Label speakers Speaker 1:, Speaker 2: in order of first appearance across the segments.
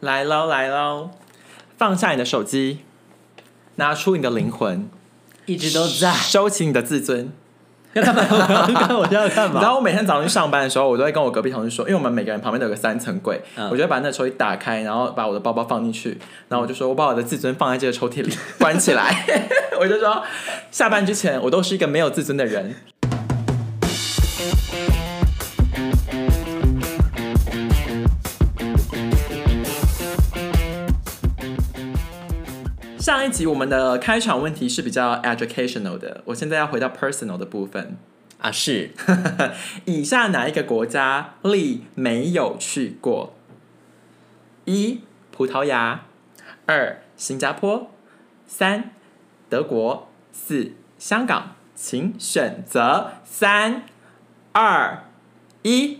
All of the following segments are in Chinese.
Speaker 1: 来喽来喽，放下你的手机，拿出你的灵魂，
Speaker 2: 一直都 在。
Speaker 1: 收起你的自尊。
Speaker 2: 看我要干
Speaker 1: 你知
Speaker 2: 嘛？
Speaker 1: 道我每天早上去上班的时候，我都会跟我隔壁同事说，因为我们每个人旁边都有个三层柜，
Speaker 2: 嗯
Speaker 1: 我就会把那抽屉打开，然后把我的包包放进去，然后我就说我把我的自尊放在这个抽屉里 关起来，我就说下班之前我都是一个没有自尊的人。上一集我们的开场问题是比较 educational 的，我现在要回到 personal 的部分。
Speaker 2: 啊，是
Speaker 1: 以下哪一个国家历没有去过？一、葡萄牙；二、新加坡；三、德国；四、香港。请选择三、二、一。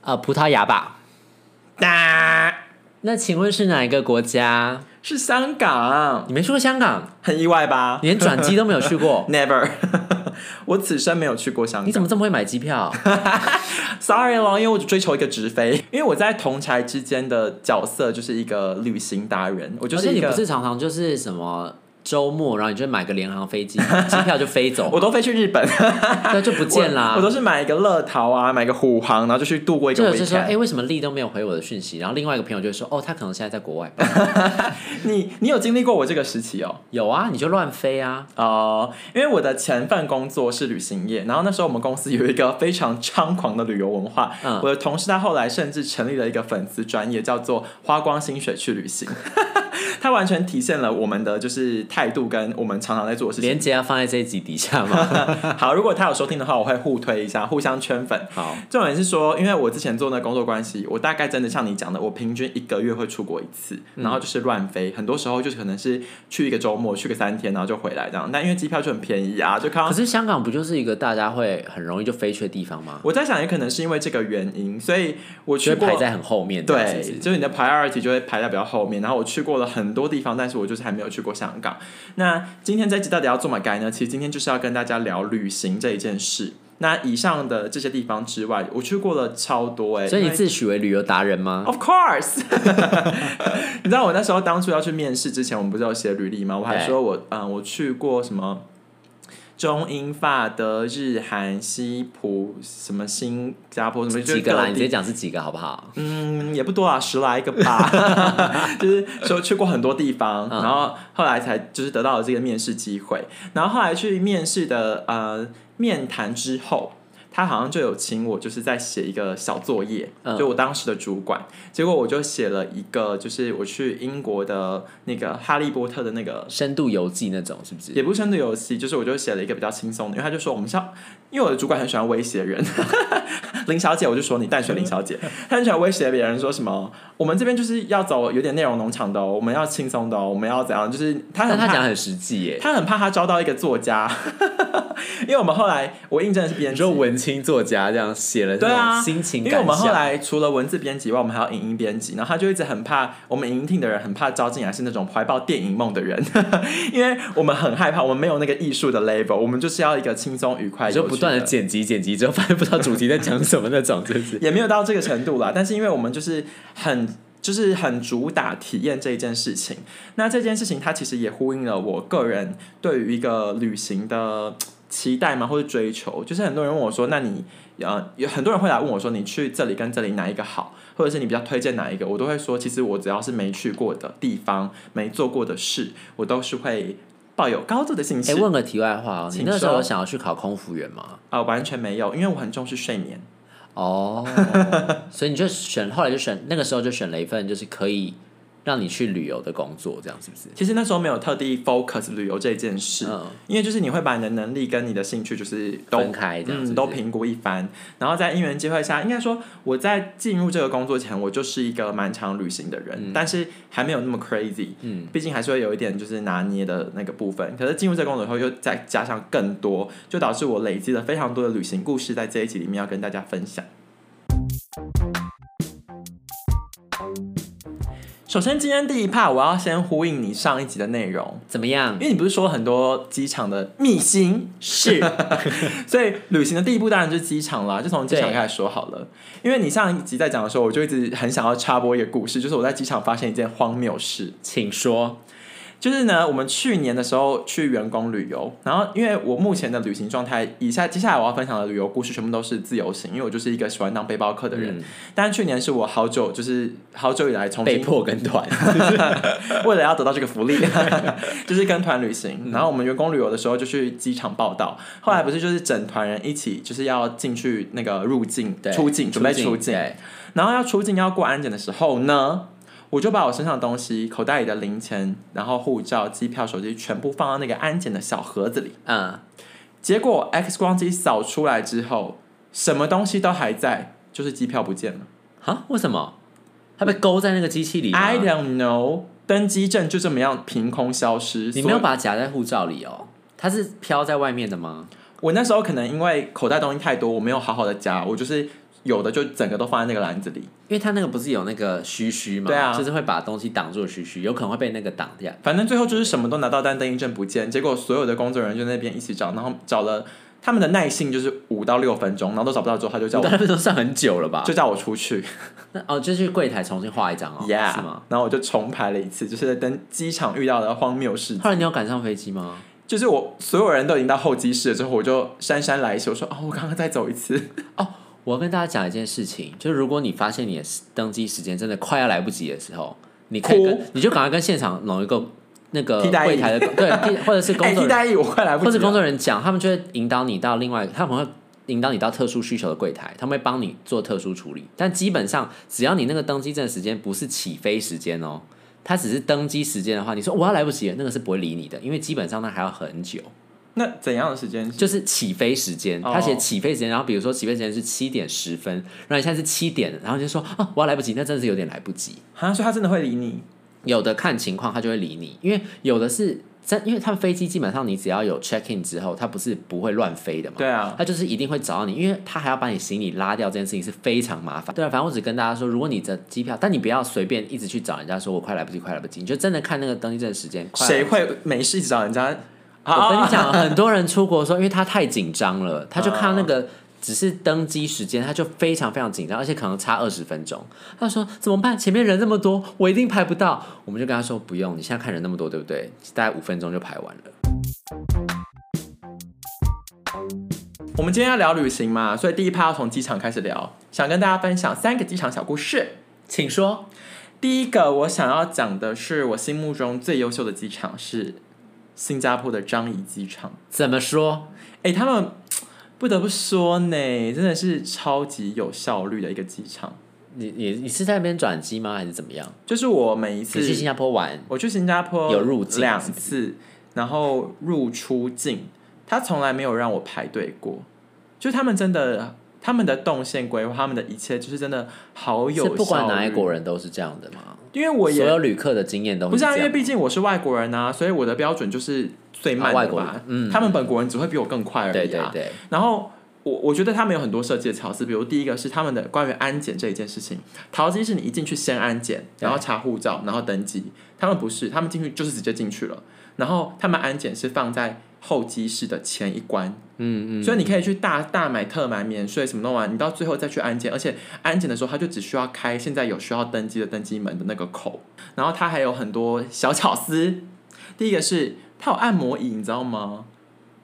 Speaker 2: 啊，葡萄牙吧？
Speaker 1: 哒，
Speaker 2: 那请问是哪一个国家？
Speaker 1: 是香港，
Speaker 2: 你没去过香港，
Speaker 1: 很意外吧
Speaker 2: 连转机都没有去过，
Speaker 1: ？Never，我此生没有去过香
Speaker 2: 你
Speaker 1: 港
Speaker 2: 怎。么这么会买机票？
Speaker 1: Sorry 咯，因为我只追求一个直飞，因为我在同才之间的角色就是一个旅行达人，我就
Speaker 2: 而
Speaker 1: 是
Speaker 2: 且
Speaker 1: 一
Speaker 2: 你
Speaker 1: 个
Speaker 2: 不是常常就是什么周末，然后你就买个联航飞机，机票就飞 走，
Speaker 1: 我都飞去日本，
Speaker 2: 那就不见啦。
Speaker 1: 我都是买一个乐桃啊，买个虎航，然后就去度过一
Speaker 2: 就
Speaker 1: 个
Speaker 2: 有是说，哎、
Speaker 1: weekend。
Speaker 2: 为什么丽都没有回我的讯息？然后另外一个朋友就会说，哦，他可能现在在国外吧。
Speaker 1: 你你有经历过我这个时期哦？
Speaker 2: 有啊，你就乱飞啊。
Speaker 1: 哦、因为我的前份工作是旅行业，然后那时候我们公司有一个非常猖狂的旅游文化。
Speaker 2: 嗯
Speaker 1: 我的同事他后来甚至成立了一个粉丝专业，叫做“花光薪水去旅行”， 他完全体现了我们的就是态度跟我们常常在做的事情。
Speaker 2: 连接要放在这一集底下嘛。
Speaker 1: 好，如果他有收听的话，我会互推一下，互相圈粉。
Speaker 2: 好，
Speaker 1: 重点是说，因为我之前做那工作关系，我大概真的像你讲的，我平均一个月会出国一次，
Speaker 2: 嗯
Speaker 1: 然后就是乱飞，很多时候就是可能是去一个周末，去个三天，然后就回来这样。但因为机票就很便宜啊，就看
Speaker 2: 可
Speaker 1: 到。
Speaker 2: 是香港不就是一个大家会很容易就飞去的地方吗？
Speaker 1: 我在想，也可能是因为这个原因，所以我
Speaker 2: 就
Speaker 1: 去
Speaker 2: 会排
Speaker 1: 过。
Speaker 2: 在很后面。
Speaker 1: 对，就是你的 priority 就会排在比较后面。然后我去过了很多地方，但是我就是还没有去过香港。那今天这一集到底要做么改呢？其实今天就是要跟大家聊旅行这一件事。那以上的这些地方之外，我去过了超多哎、
Speaker 2: 所以
Speaker 1: 因
Speaker 2: 你
Speaker 1: 为
Speaker 2: 自诩为旅游达人吗？
Speaker 1: Of course，你知道我那时候当初要去面试之前，我们不是有写履历吗？我还
Speaker 2: 对
Speaker 1: 说我嗯、我去过什么中英法德日韩西葡什么新加坡什么就是
Speaker 2: 几个啦？
Speaker 1: 各
Speaker 2: 你直
Speaker 1: 地
Speaker 2: 接讲是几个好不好？
Speaker 1: 嗯，也不多啦，十来个吧， 就是说去过很多地方，
Speaker 2: 嗯
Speaker 1: 然后后来才就是得到了这个面试机会，然后后来去面试的呃面谈之后。他好像就有请我，就是在写一个小作业，
Speaker 2: 嗯
Speaker 1: 就我当时的主管，结果我就写了一个，就是我去英国的那个《哈利波特》的那个
Speaker 2: 深度游记那种是不是？
Speaker 1: 也不是深度游戏，就是我就写了一个比较轻松的，因为他就说我们是要，因为我的主管很喜欢威胁人， 林小姐，我就说你淡水林小姐，她很喜欢威胁别人说什么，我们这边就是要走有点内容农场的、哦，我们要轻松的、哦，我们要怎样，就是他
Speaker 2: 但
Speaker 1: 很
Speaker 2: 他
Speaker 1: 怕
Speaker 2: 讲，很实际耶。
Speaker 1: 他很怕他招到一个作家， 因为我们后来我应征的是编
Speaker 2: 你
Speaker 1: 辑
Speaker 2: 说。文青作家这样写了
Speaker 1: 对
Speaker 2: 那
Speaker 1: 啊，
Speaker 2: 种心情
Speaker 1: 因
Speaker 2: 感
Speaker 1: 为
Speaker 2: 想，
Speaker 1: 我们后来除了文字编辑以外，我们还有影音编辑，然后他就一直很怕我们影音厅的人很怕招进来是那种怀抱电影梦的人， 因为我们很害怕，我们没有那个艺术的 level，我们就是要一个轻松愉快，
Speaker 2: 你就
Speaker 1: 有趣
Speaker 2: 不断的
Speaker 1: 的
Speaker 2: 剪辑剪辑，之后发现不知道主题在讲什么那种，真 是。
Speaker 1: 也没有到这个程度啦。但是因为我们就是很。就是很主打体验这一件事情，那这件事情它其实也呼应了我个人对于一个旅行的期待嘛，或者追求。就是很多人问我说，那你呃，有很多人会来问我说，你去这里跟这里哪一个好，或者是你比较推荐哪一个，我都会说，其实我只要是没去过的地方、没做过的事，我都是会抱有高度的兴趣
Speaker 2: 哎，。问个题外话哦，你
Speaker 1: 请
Speaker 2: 那时候
Speaker 1: 说
Speaker 2: 有想要去考空服员吗？
Speaker 1: 啊、完全没有，因为我很重视睡眠。
Speaker 2: 哦，所以你就选，后来就选，那个时候就选了一份就是可以让你去旅游的工作，这样是不是？
Speaker 1: 其实那时候没有特地 focus 旅游这件事，
Speaker 2: 嗯，
Speaker 1: 因为就是你会把你的能力跟你的兴趣就是都
Speaker 2: 分开这样
Speaker 1: 嗯，
Speaker 2: 子、
Speaker 1: 都评估一番，然后在因缘机会下，应该说我在进入这个工作前，我就是一个蛮常旅行的人，但是还没有那么 crazy，
Speaker 2: 嗯，
Speaker 1: 毕竟还是会有一点就是拿捏的那个部分。可是进入这个工作以后，又再加上更多，就导致我累积了非常多的旅行故事，在这一集里面要跟大家分享。首先，今天第一 part 我要先呼应你上一集的内容，
Speaker 2: 怎么样
Speaker 1: 因？为你不是说很多机场的秘辛，
Speaker 2: 是
Speaker 1: 所以旅行的第一步当然就是机场啦，就从机场开始说好了。因为你上一集在讲的时候，我就一直很想要插播一个故事，就是我在机场发现一件荒谬事。
Speaker 2: 请说。
Speaker 1: 就是呢，我们去年的时候去员工旅游，然后因为我目前的旅行状态，以下接下来我要分享的旅游故事全部都是自由行，因为我就是一个喜欢当背包客的人。
Speaker 2: 嗯
Speaker 1: 但是去年是我好久就是好久以来重
Speaker 2: 被
Speaker 1: 新
Speaker 2: 迫跟团，
Speaker 1: 为了要得到这个福利， 就是跟团旅行。
Speaker 2: 嗯
Speaker 1: 然后我们员工旅游的时候就去机场报道，后来不是就是整团人一起就是要进去那个入境、
Speaker 2: 对
Speaker 1: 出境，准备出境，
Speaker 2: 对
Speaker 1: 然后要出境要过安检的时候呢，我就把我身上的东西、口袋里的零钱、然后护照、机票、手机全部放到那个安检的小盒子里。
Speaker 2: 嗯，
Speaker 1: 结果 X 光机扫出来之后，什么东西都还在，就是机票不见了。
Speaker 2: 啊，为什么？它被勾在那个机器里吗
Speaker 1: I don't know，登机证就这么样凭空消失。
Speaker 2: 你没有把它夹在护照里哦？它是飘在外面的吗？
Speaker 1: 我那时候可能因为口袋东西太多，我没有好好的夹，我就是有的就整个都放在那个篮子里。
Speaker 2: 因为它那个不是有那个须须吗？
Speaker 1: 对啊
Speaker 2: 就是会把东西挡住的须须，有可能会被那个挡掉。
Speaker 1: 反正最后就是什么都拿到，但登记证不见。结果所有的工作人员就在那边一起找，然后找了他们的耐性就是五到六分钟，然后都找不到之后，他就叫
Speaker 2: 我
Speaker 1: 我
Speaker 2: 大部都算很久了吧？
Speaker 1: 就叫我出去
Speaker 2: 那哦，就去柜台重新画一张哦
Speaker 1: ，Yeah，
Speaker 2: 是吗？
Speaker 1: 然后我就重排了一次，就是在登机场遇到的荒谬事情。
Speaker 2: 后来你有赶上飞机吗？
Speaker 1: 就是我所有人都已经到候机室了之后，我就姗姗来迟，我说哦，我刚刚再走一次。
Speaker 2: 我要跟大家讲一件事情，就是如果你发现你的登机时间真的快要来不及的时候，你可以
Speaker 1: 哭
Speaker 2: 跟你就赶快跟现场某一个那个
Speaker 1: 替代役
Speaker 2: 柜台的对，替或者是工
Speaker 1: 哎，
Speaker 2: 作
Speaker 1: 替
Speaker 2: 人员，
Speaker 1: 代役，我快来不
Speaker 2: 或
Speaker 1: 及
Speaker 2: 是
Speaker 1: 了
Speaker 2: 工。作人员讲，他们就会引导你到另外，他们会引导你到特殊需求的柜台，他们会帮你做特殊处理。但基本上，只要你那个登机证时间不是起飞时间哦，它只是登机时间的话，你说我要来不及了，那个是不会理你的，因为基本上那还要很久。
Speaker 1: 那怎样的时间？
Speaker 2: 就是起飞时间，
Speaker 1: 哦
Speaker 2: 他写起飞时间，然后比如说起飞时间是七点十分，然后你现在是七点，然后你就说啊，我要来不及，那真的是有点来不及。
Speaker 1: 啊，所以他真的会理你。
Speaker 2: 有的看情况，他就会理你，因为有的是真，因为他们飞机基本上你只要有 check in 之后，他不是不会乱飞的嘛，
Speaker 1: 对啊，
Speaker 2: 他就是一定会找到你，因为他还要把你行李拉掉，这件事情是非常麻烦。对啊，反正我只跟大家说，如果你的机票，但你不要随便一直去找人家说我快来不及，快来不及，你就真的看那个登机证的时间。快来
Speaker 1: 谁
Speaker 2: 不及
Speaker 1: 会没事一直找人家？
Speaker 2: 我跟你
Speaker 1: 啊，
Speaker 2: 讲，很多人出国的时候，因为他太紧张了，他就看到那个只是登机时间，他就非常非常紧张，而且可能差二十分钟。他说怎么办？前面人这么多，我一定排不到。我们就跟他说不用，你现在看人那么多，对不对？大概五分钟就排完了。
Speaker 1: 我们今天要聊旅行嘛，所以第一趴要从机场开始聊，想跟大家分享三个机场小故事。
Speaker 2: 请说，
Speaker 1: 第一个我想要讲的是我心目中最优秀的机场是新加坡的樟宜机场。
Speaker 2: 怎么说？
Speaker 1: 哎，他们不得不说呢，真的是超级有效率的一个机场。
Speaker 2: 你你你是在那边转机吗？还是怎么样？
Speaker 1: 就是我每一次
Speaker 2: 你去新加坡玩？
Speaker 1: 我去新加坡
Speaker 2: 有入境
Speaker 1: 两次，然后入出境，他从来没有让我排队过。就他们真的，他们的动线规划，他们的一切，就是真的好有
Speaker 2: 是
Speaker 1: 效率。
Speaker 2: 不管哪一国人都是这样的吗？
Speaker 1: 因为我
Speaker 2: 所
Speaker 1: 也
Speaker 2: 有旅客的经验都
Speaker 1: 不是
Speaker 2: 这
Speaker 1: 啊，因为
Speaker 2: 样。
Speaker 1: 毕竟我是外国人啊，所以我的标准就是最慢
Speaker 2: 啊外
Speaker 1: 的
Speaker 2: 国
Speaker 1: 吧。
Speaker 2: 人嗯
Speaker 1: 他们本国人只会比我更快而已、啊。
Speaker 2: 对对对，
Speaker 1: 然后我我觉得他们有很多设计的巧思，比如第一个是他们的关于安检这一件事情，淘机是你一进去先安检，
Speaker 2: 对
Speaker 1: 然后查护照，然后登机。他们不是，他们进去就是直接进去了，然后他们安检是放在候机室的前一关，
Speaker 2: 嗯嗯，
Speaker 1: 所以你可以去大大买特买免税什么弄完，你到最后再去安检，而且安检的时候他就只需要开现在有需要登机的登机门的那个口，然后它还有很多小巧思。第一个是它有按摩椅，你知道吗？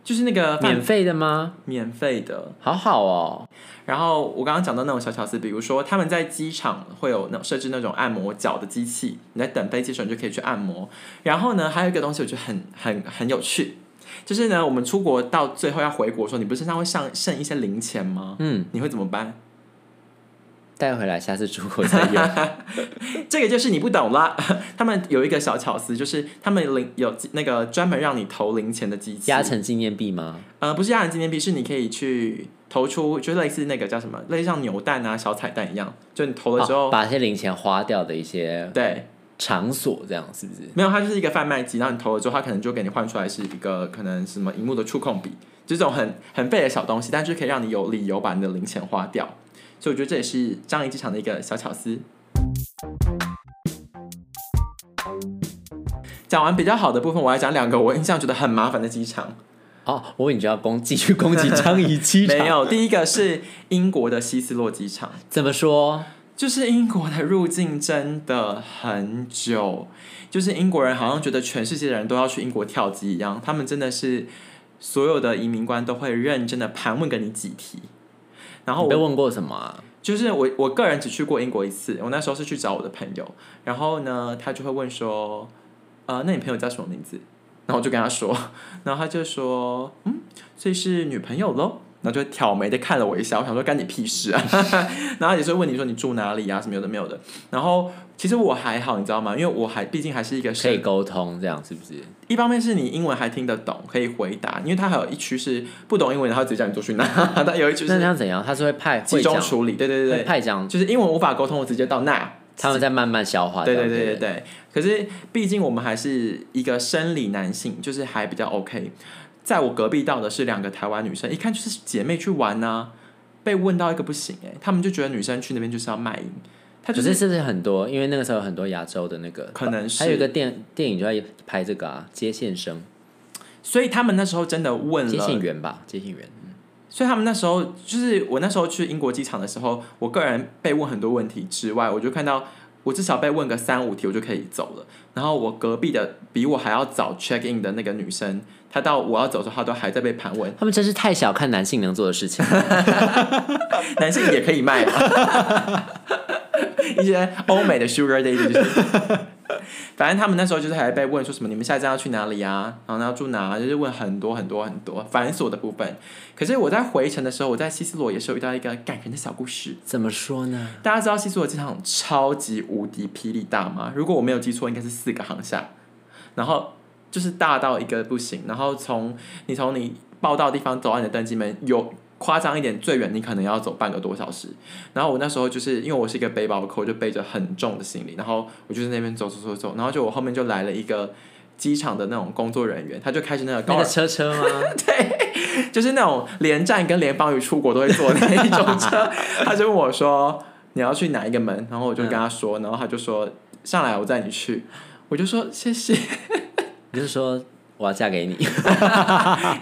Speaker 1: 就是那个饭
Speaker 2: 免费的吗？
Speaker 1: 免费的，
Speaker 2: 好好哦，
Speaker 1: 然后我刚刚讲到那种小巧思，比如说他们在机场会有那种设置那种按摩脚的机器，你在等飞机的时候你就可以去按摩。然后呢，还有一个东西我觉得很很很有趣，就是呢，我们出国到最后要回国的时候，你不是身上会上剩一些零钱吗？
Speaker 2: 嗯，
Speaker 1: 你会怎么办？
Speaker 2: 带回来，下次出国再 用。
Speaker 1: 这个就是你不懂啦。 他们有一个小巧思，就是他们零有那个专门让你投零钱的机器，
Speaker 2: 压成纪念币吗？
Speaker 1: 呃，不是压人纪念币，是你可以去投出，就类似那个叫什么，类似像扭蛋啊、小彩蛋一样，就你投了之后，
Speaker 2: 哦把一些零钱花掉的一些
Speaker 1: 对。
Speaker 2: 场所，这样是不是？
Speaker 1: 没有，它就是一个贩卖机，然后你投了之后，它可能就给你换出来是一个可能什么荧幕的触控笔，就这种很很废的小东西，但就可以让你有理由把你的零钱花掉。所以我觉得这也是樟宜机场的一个小巧思。讲完比较好的部分，我来讲两个我印象觉得很麻烦的机场。
Speaker 2: 哦，我以为你就要攻继续攻击张仪机 场，
Speaker 1: 没有，第一个是英国的希斯洛机场，
Speaker 2: 怎么说？
Speaker 1: 就是英国的入境真的很久， 就是英国人好像觉得全世界的人都要去英国跳机一样，他们真的是所有的移民官都会认真的盘问给你几题。然后
Speaker 2: 你被
Speaker 1: 我
Speaker 2: 问过什么啊？
Speaker 1: 就是我我个人只去过英国一次，我那时候是去找我的朋友，然后呢，他就会问说，呃，那你朋友叫什么名字？然后我就跟他说，然后他就说，嗯，所以是女朋友喽。然后就挑眉的看了我一下，我想说干你屁事啊！ 然后也是问你说你住哪里啊，什么有的没有的。然后其实我还好，你知道吗？因为我还毕竟还是一个
Speaker 2: 可
Speaker 1: 社
Speaker 2: 以沟通，这样是不是？
Speaker 1: 一方面是你英文还听得懂，可以回答，因为他还有一区是不懂英文，然后直接叫你坐去那； 但有一区
Speaker 2: 那
Speaker 1: 是
Speaker 2: 他怎样？他是会派
Speaker 1: 集
Speaker 2: 会
Speaker 1: 中
Speaker 2: 长，
Speaker 1: 处理。对对对
Speaker 2: 会
Speaker 1: 对，
Speaker 2: 派长，
Speaker 1: 就是英文无法沟通，我直接到那。
Speaker 2: 他们在慢慢消化。
Speaker 1: 对
Speaker 2: 这
Speaker 1: 对
Speaker 2: 样
Speaker 1: 对对对。可是毕竟我们还是一个生理男性，就是还比较 OK。在我隔壁到的是两个台湾女生，一看就是姐妹去玩呐、被问到一个不行哎、他们就觉得女生去那边就是要卖淫，他就
Speaker 2: 可是
Speaker 1: 是
Speaker 2: 是不是很多？因为那个时候有很多亚洲的那个，
Speaker 1: 可能是
Speaker 2: 还有一个电电影就在拍这个啊，接线生、
Speaker 1: 所以他们那时候真的问
Speaker 2: 接
Speaker 1: 了
Speaker 2: 线员吧，接线员。
Speaker 1: 所以他们那时候就是我那时候去英国机场的时候，我个人被问很多问题之外，我就看到我至少被问个三五题，我就可以走了。然后我隔壁的比我还要早 check in 的那个女生，她到我要走的时候，她都还在被盘问，
Speaker 2: 他们真是太小看男性能做的事情。
Speaker 1: 男性也可以卖啊，一些欧美的 sugar daddy 就是。反正他们那时候就是还被问说什么你们下一站要去哪里啊，然后要住哪、就是问很多很多很多繁琐的部分。可是我在回程的时候，我在西斯罗也是有遇到一个感人的小故事。
Speaker 2: 怎么说呢？
Speaker 1: 大家知道西苏的机场超级无敌霹雳大吗？如果我没有记错，应该是四个航厦，然后就是大到一个不行。然后从你从你报到的地方走到你的登机门，有夸张一点，最远你可能要走半个多小时。然后我那时候就是因为我是一个背包客，我就背着很重的行李，然后我就在那边走走走走，然后就我后面就来了一个机场的那种工作人员，他就开始那个高
Speaker 2: 那
Speaker 1: 尔
Speaker 2: 个车车吗？
Speaker 1: 就是那种连战跟联邦与出国都会坐的那一种车，他就问我说你要去哪一个门，然后我就跟他说，然后他就说上来我载你去，我就说谢谢，
Speaker 2: 你就是说我要嫁给 你？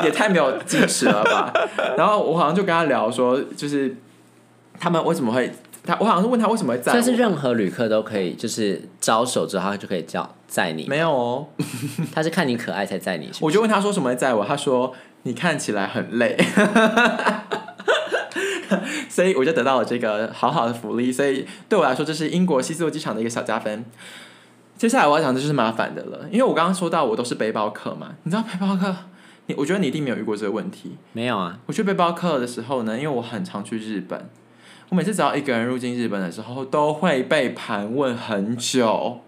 Speaker 1: 也太没有矜持了吧。然后我好像就跟他聊说，就是他们为什么会他，我好像是问他为什么会载
Speaker 2: 但是
Speaker 1: 我，
Speaker 2: 任何旅客都可以，就是招手之后他就可以叫载你，
Speaker 1: 没有哦，
Speaker 2: 他是看你可爱才载你。是不
Speaker 1: 我
Speaker 2: 是
Speaker 1: 就问他说什么会载我，他说你看起来很累。所以我就得到了这个好好的福利，所以对我来说，这是英国希斯罗机场的一个小加分。接下来我要讲的就是麻烦的了，因为我刚刚说到我都是背包客嘛，你知道背包客，你我觉得你一定没有遇过这个问题。
Speaker 2: 没有啊，
Speaker 1: 我去背包客的时候呢，因为我很常去日本，我每次只要一个人入境日本的时候，都会被盘问很久。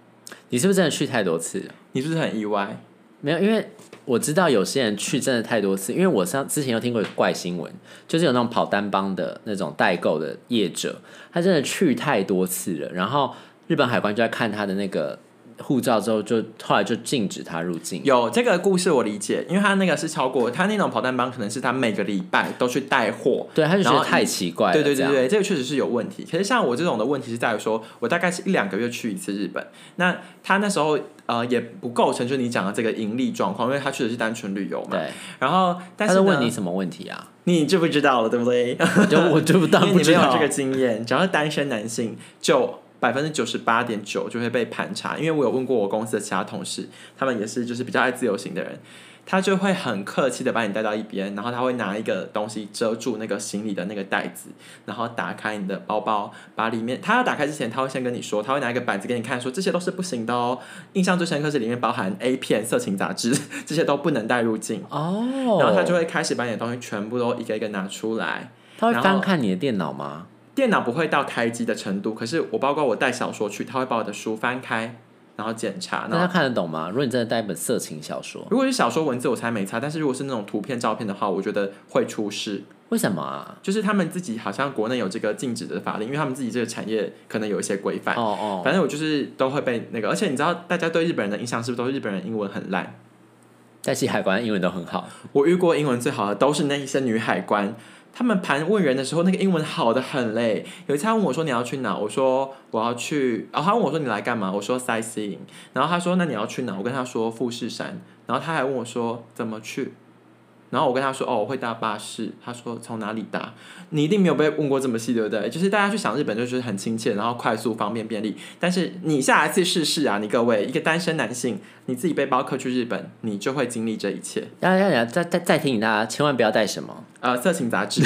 Speaker 2: 你是不是真的去太多次了？
Speaker 1: 你是不是很意外？
Speaker 2: 没有，因为我知道有些人去真的太多次，因为我上之前有听过一个怪新闻，就是有那种跑单帮的那种代购的业者，他真的去太多次了，然后日本海关就在看他的那个护照之后就，后来就禁止他入境。
Speaker 1: 有这个故事我理解，因为他那个是超过他那种跑单帮，可能是他每个礼拜都去带货，
Speaker 2: 对，他就觉
Speaker 1: 然后
Speaker 2: 得太奇怪了，
Speaker 1: 对对
Speaker 2: 这
Speaker 1: 对
Speaker 2: 样
Speaker 1: 对，这个确实是有问题。可是像我这种的问题是在于说，我大概是一两个月去一次日本，那他那时候呃也不构成就是你讲的这个盈利状况，因为他确实是单纯旅游嘛。
Speaker 2: 对，
Speaker 1: 然后但
Speaker 2: 他
Speaker 1: 是
Speaker 2: 就
Speaker 1: 呢
Speaker 2: 问你，什么问题 啊？
Speaker 1: 你知不知道了，对不对？
Speaker 2: 我就我就 当
Speaker 1: 因为
Speaker 2: 然不
Speaker 1: 你没
Speaker 2: 知
Speaker 1: 有
Speaker 2: 道
Speaker 1: 这。个经验，只要是单身男性就。百分之九十八点九就会被盘查，因为我有问过我公司的其他同事，他们也是就是比较爱自由行的人，他就会很客气的把你带到一边，然后他会拿一个东西遮住那个行李的那个袋子，然后打开你的包包，把里面他要打开之前，他会先跟你说，他会拿一个板子给你看说这些都是不行的哦。印象最深刻是里面包含 A 片、色情杂志， 这些都不能带入境，
Speaker 2: 哦，
Speaker 1: 然后他就会开始把你的东西全部都一个一个拿出来，
Speaker 2: 他会
Speaker 1: 然
Speaker 2: 翻
Speaker 1: 后
Speaker 2: 看你的电脑吗？
Speaker 1: 电脑不会到开机的程度，可是我包括我带小说去，他会把我的书翻开，然后检查。
Speaker 2: 那
Speaker 1: 啊然
Speaker 2: 他
Speaker 1: 后
Speaker 2: 看得懂吗？如果你真的带一本色情小说，
Speaker 1: 如果是小说文字，我才没差，但是如果是那种图片、照片的话，我觉得会出事。
Speaker 2: 为什么啊？
Speaker 1: 就是他们自己好像国内有这个禁止的法令，因为他们自己这个产业可能有一些规范。
Speaker 2: 哦哦，
Speaker 1: 反正我就是都会被那个，而且你知道大家对日本人的印象是不是都是日本人英文很烂？
Speaker 2: 在西海关英文都很好，
Speaker 1: 我遇过英文最好的都是那一些女海关，他们盘问人的时候，那个英文好的很累。有一次他问我说你要去哪，我说我要去，啊然、后他问我说你来干嘛，我说 sightseeing，然后他说那你要去哪，我跟他说富士山，然后他还问我说怎么去。然后我跟他说：“哦，我会搭巴士。”他说：“从哪里搭？”你一定没有被问过这么细，对不对？就是大家去想日本，就是很亲切，然后快速、方便、便利。但是你下一次试试啊，你各位一个单身男性，你自己背包客去日本，你就会经历这一切。
Speaker 2: 要要要再再再提醒大家，千万不要带什么。
Speaker 1: 呃，色情杂 志。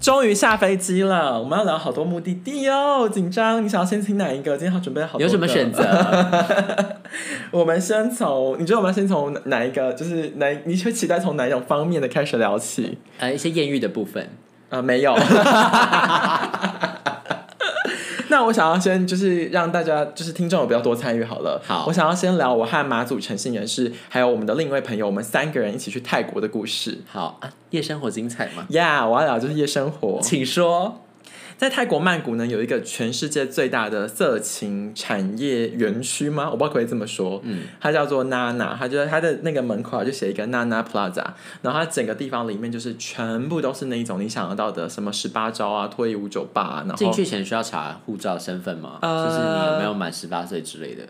Speaker 1: 终于下飞机了，我们要聊好多目的地哦，紧张！你想要先听哪一个？今天好准备好多
Speaker 2: 有什么
Speaker 1: 个
Speaker 2: 选 择？
Speaker 1: 我们先从，你觉得我们要先从哪哪一个，就是哪，你会期待从哪一种方面的开始聊起？
Speaker 2: 呃，一些艳遇的部分。
Speaker 1: 呃，没有。 那我想要先就是让大家就是听众有比较多参与好了。
Speaker 2: 好
Speaker 1: 我想要先聊我和马祖诚信人士，还有我们的另一位朋友，我们三个人一起去泰国的故事。
Speaker 2: 好啊，夜生活精彩吗？
Speaker 1: 呀、我要聊就是夜生活。
Speaker 2: 请说。
Speaker 1: 在泰国曼谷呢，有一个全世界最大的色情产业园区吗？我不知道可不可以这么说。嗯，它叫做 Nana，它就它的那个门口啊就写一个 Nana Plaza，然后它整个地方里面就是全部都是那一种你想得到的，什么十八招啊、脱衣舞酒吧、啊，然
Speaker 2: 哦进
Speaker 1: 后
Speaker 2: 去前需要查护照、身份吗？
Speaker 1: 呃
Speaker 2: 就是你有没有满十八岁之类的？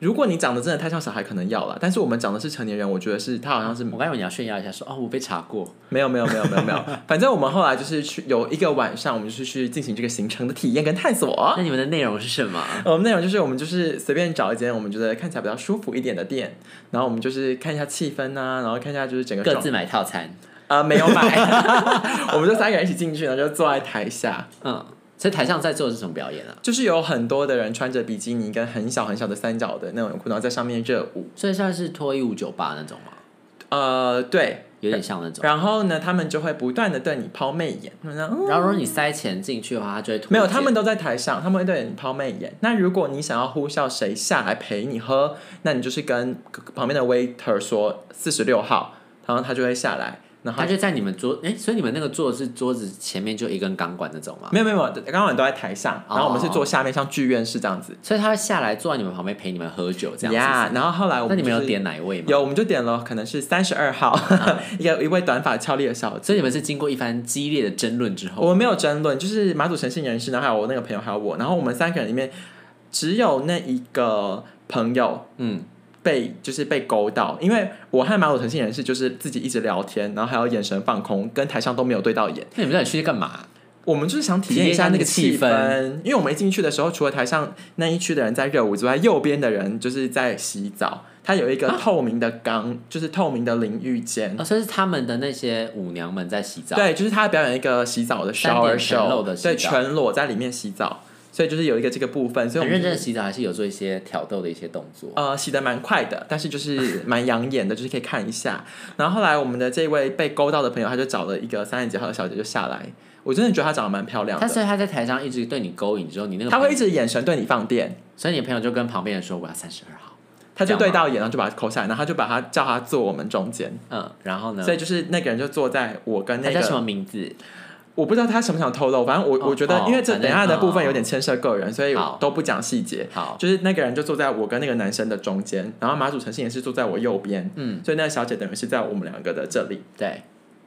Speaker 1: 如果你长得真的太像小孩，可能要了。但是我们长的是成年人，我觉得是他好像是
Speaker 2: 我刚以为你要炫耀一下说哦，我被查过。
Speaker 1: 没有没有没有没有没 有。反正我们后来就是去有一个晚上，我们就是去进行这个行程的体验跟探索。
Speaker 2: 那你们的内容是什么？
Speaker 1: 我们内容就是我们就是随便找一间我们觉得看起来比较舒服一点的店，然后我们就是看一下气氛呐、然后看一下就是整个
Speaker 2: 各
Speaker 1: 状
Speaker 2: 自买套餐。
Speaker 1: 呃 没有买， 我们就三个人一起进去，然后就坐在台下，
Speaker 2: 嗯，所以台上在做的是什么表演啊？
Speaker 1: 就是有很多的人穿着比基尼跟很小很小的三角的那种泳裤，然后在上面热舞。
Speaker 2: 所以算是脱衣舞酒吧那种吗？
Speaker 1: 呃，对。
Speaker 2: 有点像那种。
Speaker 1: 然后呢，他们就会不断的对你抛媚眼，他们说嗯
Speaker 2: 然后如果你塞钱进去的话，他就会脱
Speaker 1: 没有，
Speaker 2: 节
Speaker 1: 他们都在台上，他们会对你抛媚眼。那如果你想要呼叫谁下来陪你喝，那你就是跟旁边的 waiter 说四十六号，然后他就会下来。然后
Speaker 2: 他
Speaker 1: 他
Speaker 2: 就在你们桌哎、所以你们那个坐是桌子前面就一根钢管那种吗？
Speaker 1: 没有没有没有，刚刚我们都在台上，然后我们是坐下面，像剧院是这样子。
Speaker 2: 所以他会下来坐在你们旁边陪你们喝酒这样子。
Speaker 1: 呀然后后来我
Speaker 2: 那
Speaker 1: 哦们、
Speaker 2: 你
Speaker 1: 就是、
Speaker 2: 们有点哪一位吗？
Speaker 1: 有，我啊们就点了，可能是三十二号， 一个一位短发俏丽的小姐。
Speaker 2: 所以你们是经过一番激烈的争论之后，
Speaker 1: 我们没有争论，就是马祖诚信人士，然后还有我那个朋友，还有我，然后我们三个人里面只有那一个朋友
Speaker 2: 嗯，
Speaker 1: 被就是被勾到，因为我和马鲁诚信人士就是自己一直聊天，然后还有眼神放空，跟台上都没有对到眼。
Speaker 2: 那你们到底去干嘛？
Speaker 1: 我们就是想体验一下那个气氛，因为我们一进去的时候，除了台上那一区的人在热舞之外，右边的人就是在洗澡，它有一个透明的缸，就是透明的淋浴间。
Speaker 2: 哦，所以是他们的那些舞娘们在洗澡。
Speaker 1: 对，就是他表演一个洗澡的
Speaker 2: 单
Speaker 1: shower
Speaker 2: 点全露
Speaker 1: show，
Speaker 2: 的洗澡
Speaker 1: 对，全裸在里面洗澡，所以就是有一个这个部分，所以我
Speaker 2: 很
Speaker 1: 们
Speaker 2: 认
Speaker 1: 就
Speaker 2: 真
Speaker 1: 是
Speaker 2: 的洗澡，还是有做一些挑逗的一些动作。
Speaker 1: 呃，洗的蛮快的，但是就是蛮养眼的，就是可以看一下。然后后来我们的这位被勾到的朋友，他就找了一个三十几号的小姐就下来，我真的觉得她长得蛮漂亮
Speaker 2: 他
Speaker 1: 的，
Speaker 2: 所以他在台上一直对你勾引之后，你那个
Speaker 1: 她会
Speaker 2: 朋
Speaker 1: 一
Speaker 2: 友，
Speaker 1: 直眼神对你放电，
Speaker 2: 所以你的朋友就跟旁边人说我要三十二号，
Speaker 1: 她就
Speaker 2: 这
Speaker 1: 对
Speaker 2: 样吗
Speaker 1: 到眼，然后就把她抠下来，然后她就把她叫她坐我们中间，
Speaker 2: 嗯，然后呢？
Speaker 1: 所以就是那个人就坐在我跟
Speaker 2: 他
Speaker 1: 那
Speaker 2: 叫什
Speaker 1: 个，
Speaker 2: 么名字？
Speaker 1: 我不知道他想不想透露，反正我、
Speaker 2: 哦
Speaker 1: 我觉得
Speaker 2: 哦
Speaker 1: 因为这等
Speaker 2: 反正
Speaker 1: 一下的
Speaker 2: 哦
Speaker 1: 部分有点牵涉个人，所以
Speaker 2: 好
Speaker 1: 都不讲细节。
Speaker 2: 好，
Speaker 1: 就是那个人就坐在我跟那个男生的中间，然后马祖诚信也是坐在我右边，
Speaker 2: 嗯，
Speaker 1: 所以那个小姐等于是在我们两个的这里，
Speaker 2: 对，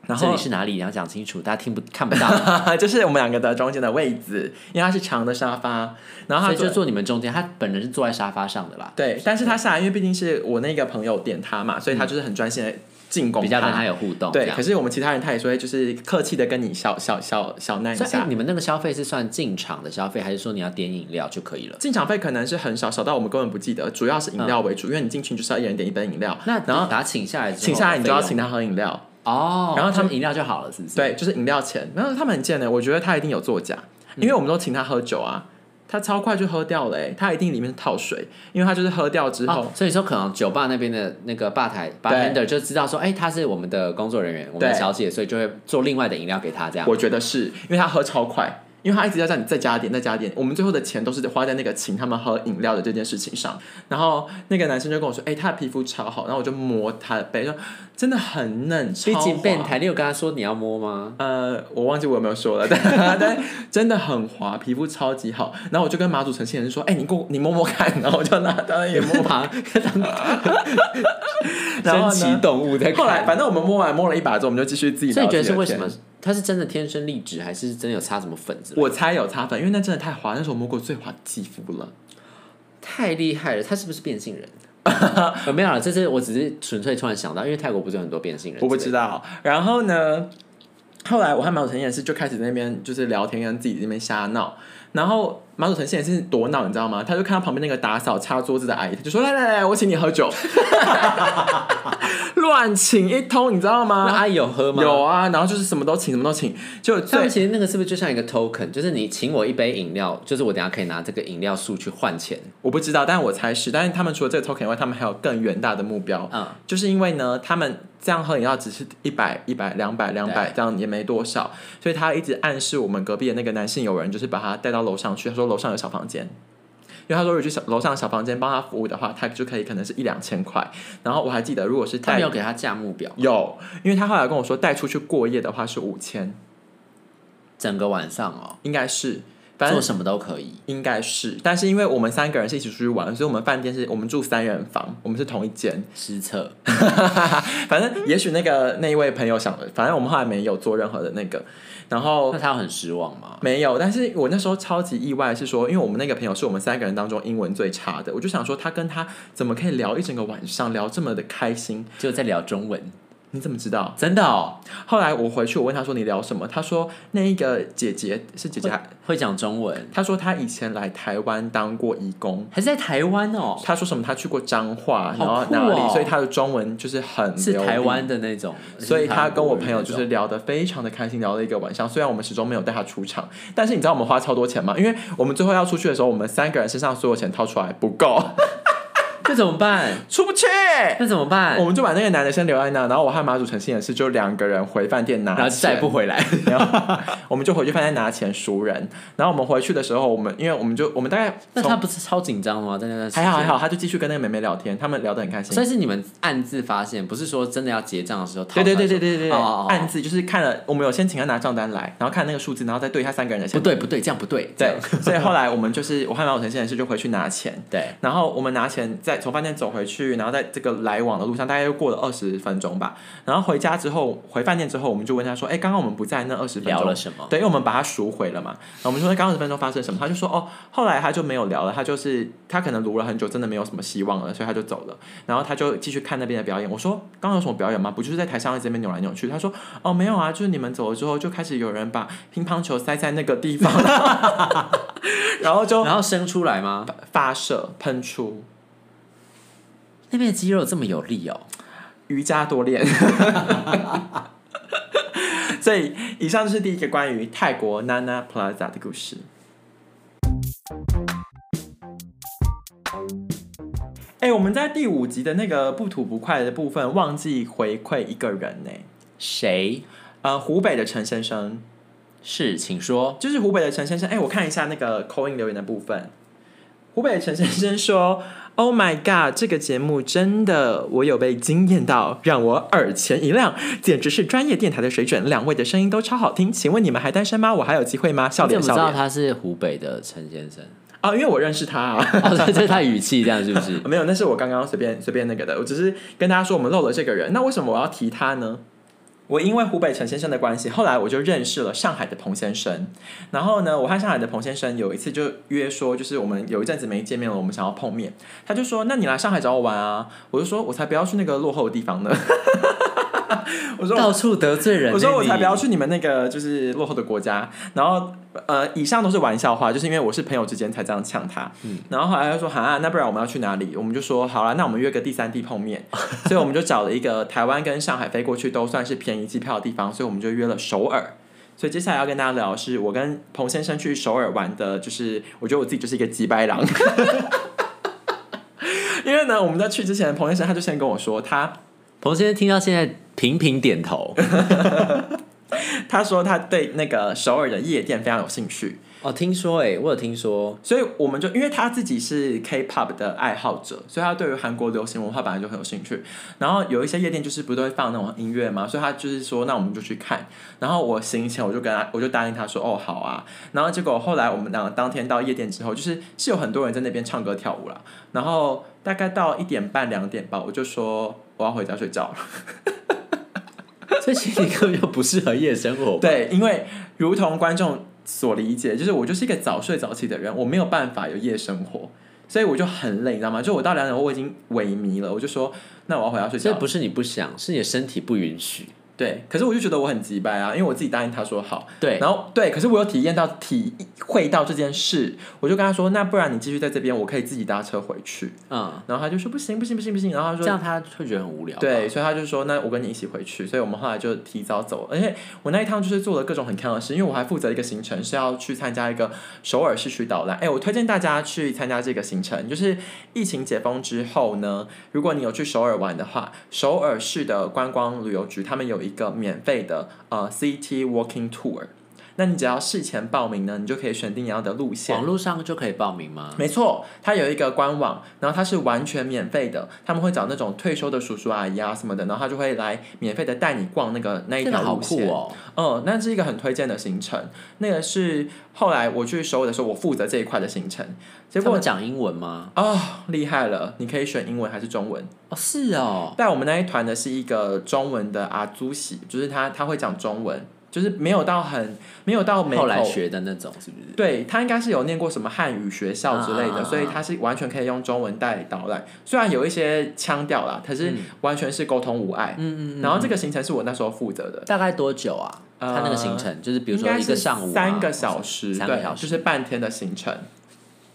Speaker 1: 然后
Speaker 2: 这里是哪里？你要讲清楚，大家听不看不到，
Speaker 1: 就是我们两个的中间的位置，因为它是长的沙发， 然后他
Speaker 2: 所以就坐你们中间。他本人是坐在沙发上的啦，
Speaker 1: 对，但是他下来，因为毕竟是我那个朋友点他嘛，所以他就是很专心的进攻
Speaker 2: 嗯比较跟他有互动。这
Speaker 1: 对，
Speaker 2: 样
Speaker 1: 可是我们其他人他也说会就是客气的跟你小小小小耐一
Speaker 2: 所以、哎
Speaker 1: 下。
Speaker 2: 你们那个消费是算进场的消费，还是说你要点饮料就可以了？
Speaker 1: 进场费可能是很少，少到我们根本不记得，主要是饮料
Speaker 2: 嗯
Speaker 1: 为主，因为你进去就是要一人点一杯饮料，
Speaker 2: 那
Speaker 1: 然后
Speaker 2: 把他请下来之后，
Speaker 1: 请下来你就要
Speaker 2: 费
Speaker 1: 请他喝饮料，
Speaker 2: 用哦，
Speaker 1: 然后他们
Speaker 2: 就饮料就好了，是不是？，
Speaker 1: 对，就是饮料钱。然后他们很贱的，欸我觉得他一定有作假，因为我们都请他喝酒啊，他超快就喝掉了、欸，他一定里面是套水，因为他就是喝掉之后，
Speaker 2: 哦，所以说可能酒吧那边的那个吧台 bartender 就知道说，哎、他是我们的工作人员，我们的
Speaker 1: 对
Speaker 2: 哦小姐，所以就会做另外的饮料给他这样。
Speaker 1: 我觉得是因为他喝超快，因为他一直要叫你再加点，再加点。我们最后的钱都是花在那个请他们喝饮料的这件事情上。然后那个男生就跟我说：“哎、他的皮肤超好。”然后我就摸他的背，说真的很嫩，超
Speaker 2: 毕竟变
Speaker 1: 滑
Speaker 2: 态，你有跟他说你要摸 吗？
Speaker 1: 呃，我忘记我有没有说了，但 但真的很滑，皮肤超级好。然后我就跟马祖呈现人说：“哎、你给我你摸摸看。”然后我就拿他的眼摸，
Speaker 2: 好，
Speaker 1: 然后
Speaker 2: 珍奇
Speaker 1: 呢，
Speaker 2: 动物在看
Speaker 1: 后来反正我们摸完摸了一把之后，我们就继续自己
Speaker 2: 所以
Speaker 1: 聊
Speaker 2: 你
Speaker 1: 自
Speaker 2: 觉
Speaker 1: 己的天。
Speaker 2: 得是为什么？他是真的天生丽质，还是真的有擦什么粉子？
Speaker 1: 我猜有擦粉，因为那真的太滑，那是我摸过最滑的肌肤了。
Speaker 2: 太厉害了，他是不是变性人？呃 没有了，这是我只是纯粹突然想到，因为泰国不是有很多变性人之
Speaker 1: 我
Speaker 2: 类的？
Speaker 1: 不知道。然后呢，后来我和马祖成也是就开始在那边就是聊天，跟自己那边瞎闹。然后马祖成现在是多闹，你知道吗？他就看到旁边那个打扫擦桌子的阿姨，他就说：“来来来，我请你喝 酒。”乱请一通，你知道
Speaker 2: 那
Speaker 1: 吗？
Speaker 2: 阿姨有喝吗？
Speaker 1: 有啊，然后就是什么都请，什么都请，就
Speaker 2: 他
Speaker 1: 最
Speaker 2: 们其实那个是不是就像一个 token，就是你请我一杯饮料，就是我等一下可以拿这个饮料数去换钱。
Speaker 1: 我不知道，但我猜是。但是他们除了这个 token 以外，他们还有更远大的目标。
Speaker 2: 嗯，
Speaker 1: 就是因为呢，他们这样喝饮料只是一百、一百、两百、两百，这样也没多少，所以他一直暗示我们隔壁的那个男性友人，就是把他带到楼上去。他说楼上有小房间，因为他说如果去小楼上小房间帮他服务的话，他就可以可能是一两千块。然后我还记得，如果是
Speaker 2: 他
Speaker 1: 带
Speaker 2: 没有给他价目表，
Speaker 1: 有，因为他后来跟我说带出去过夜的话是五千，
Speaker 2: 整个晚上哦，
Speaker 1: 应该是，反正
Speaker 2: 做什么都可以。
Speaker 1: 应该是，但是因为我们三个人是一起出去玩，所以我们饭店是我们住三人房，我们是同一间。
Speaker 2: 失策，
Speaker 1: 反正也许那个那一位朋友想，反正我们后来没有做任何的那个，然后
Speaker 2: 那他很失望吗？
Speaker 1: 没有。但是我那时候超级意外，是说，因为我们那个朋友是我们三个人当中英文最差的，我就想说他跟他怎么可以聊一整个晚上，聊这么的开心？
Speaker 2: 就在聊中文，
Speaker 1: 你怎么知道？
Speaker 2: 真的哦，
Speaker 1: 后来我回去我问他说你聊什么，他说那一个姐姐是姐姐还，
Speaker 2: 会讲中文，
Speaker 1: 他说他以前来台湾当过义工。
Speaker 2: 还是在台湾哦，
Speaker 1: 他说什么？他去过彰化，然
Speaker 2: 好
Speaker 1: 后
Speaker 2: 酷
Speaker 1: 哪里？
Speaker 2: 哦
Speaker 1: 所以他的中文就是很
Speaker 2: 是
Speaker 1: 流利
Speaker 2: 台湾的那种，
Speaker 1: 所以他跟我朋友
Speaker 2: 是
Speaker 1: 就
Speaker 2: 韩国
Speaker 1: 是
Speaker 2: 人
Speaker 1: 聊得非常的开心，聊了一个晚上。虽然我们始终没有带他出场，但是你知道我们花超多钱吗？因为我们最后要出去的时候，我们三个人身上所有钱掏出来不 够，
Speaker 2: 那种，那怎么办？
Speaker 1: 出不去。
Speaker 2: 那怎 么办
Speaker 1: 我？们就把那个男的先留在那，然后我和马主诚信也是，就两个人回饭店拿，
Speaker 2: 然后再也不，回来，
Speaker 1: 然后我们就回去饭店拿钱赎人。然后我们回去的时候，我们因为我们就我们大概
Speaker 2: 那
Speaker 1: 从
Speaker 2: 他不是超紧张吗？在那段时间
Speaker 1: 还好还，好，他就继续跟那个妹妹聊天，他们聊得很开心
Speaker 2: 所。以是你们暗自发现，不是说真的要结账的时候掏出
Speaker 1: 对
Speaker 2: 来
Speaker 1: 对对
Speaker 2: 说，
Speaker 1: 对对对，对
Speaker 2: 哦哦哦
Speaker 1: 暗自就是看了，我们有先请他拿账单来，然后看那个数字，然后再对一下三个人的钱
Speaker 2: 不。对不对，这样不对，这
Speaker 1: 对
Speaker 2: 样，
Speaker 1: 所以后来我们就是我和马武成先生是就回去拿钱，
Speaker 2: 对，
Speaker 1: 然后我们拿钱再从饭店走回去，然后在这个来往的路上大概又过了二十分钟吧。然后回家之后，回饭店之后，我们就问他说：“哎，刚刚我们不在那二十分
Speaker 2: 聊
Speaker 1: 钟
Speaker 2: 了。”什么？
Speaker 1: 对，因为我们把他赎回了嘛，然后我们说那刚二十分钟发生什么，他就说哦，后来他就没有聊了，他就是他可能撸了很久，真的没有什么希望了，所以他就走了，然后他就继续看那边的表演。我说刚刚有什么表演吗？不就是在台上一直在那边扭来扭去？他说哦没有啊，就是你们走了之后就开始有人把乒乓球塞在那个地方， 然后就
Speaker 2: 然后生出来吗？
Speaker 1: 发射喷出，
Speaker 2: 那边的肌肉这么有力哦，
Speaker 1: 瑜伽多练。 所以，以上就是第一个关于泰国 Nana Plaza 的故事。哎、我们在第五集的那个不吐不快的部分忘记回馈一个人呢、
Speaker 2: 谁
Speaker 1: 呃，湖北的陈先生，
Speaker 2: 是？请说。
Speaker 1: 就是湖北的陈先生。哎、我看一下那个扣音留言的部分。湖北的陈先生说：“Oh my god，这个节目真的，我有被惊艳到，让我耳前一亮，简直是专业电台的水准。两位的声音都超好听，请问你们还单身吗？我还有机会吗？笑
Speaker 2: 你怎
Speaker 1: 脸
Speaker 2: 么
Speaker 1: 笑
Speaker 2: 知道
Speaker 1: 脸
Speaker 2: 他是湖北的陈先生？
Speaker 1: 啊！因为我认识他、啊，
Speaker 2: 哦，这是他语气这样是不是？
Speaker 1: 没有，那是我刚刚随便随便那个的，我只是跟大家说我们漏了这个人。那为什么我要提他呢？”我因为湖北陈先生的关系，后来我就认识了上海的彭先生。然后呢，我和上海的彭先生有一次就约说，就是我们有一阵子没见面了，我们想要碰面。他就说：“那你来上海找我玩啊？”我就说：“我才不要去那个落后的地方呢。”我说：“
Speaker 2: 到处得罪人呢。
Speaker 1: 我说我才
Speaker 2: 你
Speaker 1: 不要去你们那个就是落后的国家。然后呃，以上都是玩笑话，就是因为我是朋友之间才这样呛他。然后后来他说哈，那不然我们要去哪里？我们就说好了，那我们约个第三地碰面。所以我们就找了一个台湾跟上海飞过去都算是便宜机票的地方，所以我们就约了首尔。所以接下来要跟大家聊的是我跟彭先生去首尔玩的，就是我觉得我自己就是一个鸡掰狼。 因为呢，我们在去之前，彭先生他就先跟我说，他
Speaker 2: 彭先生听到现在频频点头，
Speaker 1: 他说他对那个首尔的夜店非常有兴趣，
Speaker 2: 哦，听说哎、我有听说，
Speaker 1: 所以我们就因为他自己是 K-pop 的爱好者，所以他对于韩国流行文化本来就很有兴趣。然后有一些夜店就是不都会放那种音乐嘛，所以他就是说那我们就去看。然后我行前我就跟他我就答应他说哦好啊。然后结果后来我们两个当天到夜店之后，就是是有很多人在那边唱歌跳舞啦。然后大概到一点半两点吧，我就说我要回家睡觉了。
Speaker 2: 所以其实你根本就不适合夜 生活。
Speaker 1: 对，因为如同观众所理解，就是我就是一个早睡早起的人，我没有办法有夜生活，所以我就很累，你知道吗？就我到两点我已经萎靡了，我就说那我要回家睡
Speaker 2: 所以
Speaker 1: 觉。
Speaker 2: 不是你不想，是你的身体不允许。
Speaker 1: 对，可是我就觉得我很急掰啊，因为我自己答应他说好，
Speaker 2: 对，
Speaker 1: 然后对，可是我有体验到体会到这件事，我就跟他说，那不然你继续在这边，我可以自己搭车回去。
Speaker 2: 嗯，
Speaker 1: 然后他就说不行不行不行不行，然后他
Speaker 2: 这
Speaker 1: 说
Speaker 2: 样他会觉得很无聊。
Speaker 1: 对，，所以他就说，那我跟你一起回去。所以我们后来就提早走，而且我那一趟就是做了各种很坑的事，因为我还负责一个行程是要去参加一个首尔市区导览。哎，我推荐大家去参加这个行程，就是疫情解封之后呢，如果你有去首尔玩的话，首尔市的观光旅游局他们有一个免费的呃 City Walking Tour，那你只要事前报名呢，你就可以选定你要的路线
Speaker 2: 网。络上就可以报名吗？
Speaker 1: 没错，它有一个官网，然后它是完全免费的，他们会找那种退休的叔叔阿姨啊什么的，然后他就会来免费的带你逛那个那一
Speaker 2: 这个
Speaker 1: 条
Speaker 2: 好
Speaker 1: 路
Speaker 2: 酷
Speaker 1: 线。
Speaker 2: 哦！
Speaker 1: 嗯，那是一个很推荐的行程。那个是后来我去首尔的时候，我负责这一块的行程，结
Speaker 2: 他
Speaker 1: 果
Speaker 2: 们讲英文吗？
Speaker 1: 哦厉害了，你可以选英文还是中文。
Speaker 2: 哦，是哦，
Speaker 1: 带我们那一团的是一个中文的阿朱喜，就是他他会讲中文，就是没有到很没有到每
Speaker 2: 后来
Speaker 1: 口
Speaker 2: 学的那种是不是？
Speaker 1: 对他应该是有念过什么汉语学校之类
Speaker 2: 啊啊啊
Speaker 1: 的，
Speaker 2: 啊
Speaker 1: 所以他是完全可以用中文带导览，虽然有一些腔调啦，可是完全是沟通无碍。
Speaker 2: 嗯嗯嗯嗯。
Speaker 1: 然后这个行程是我那时候负责的，
Speaker 2: 大概多久啊？
Speaker 1: 呃
Speaker 2: 他那个行程就是，比如
Speaker 1: 应
Speaker 2: 说
Speaker 1: 该
Speaker 2: 一
Speaker 1: 是
Speaker 2: 个上午啊
Speaker 1: 三个小时，
Speaker 2: 三
Speaker 1: 对
Speaker 2: 个小时
Speaker 1: 就是半天的行程。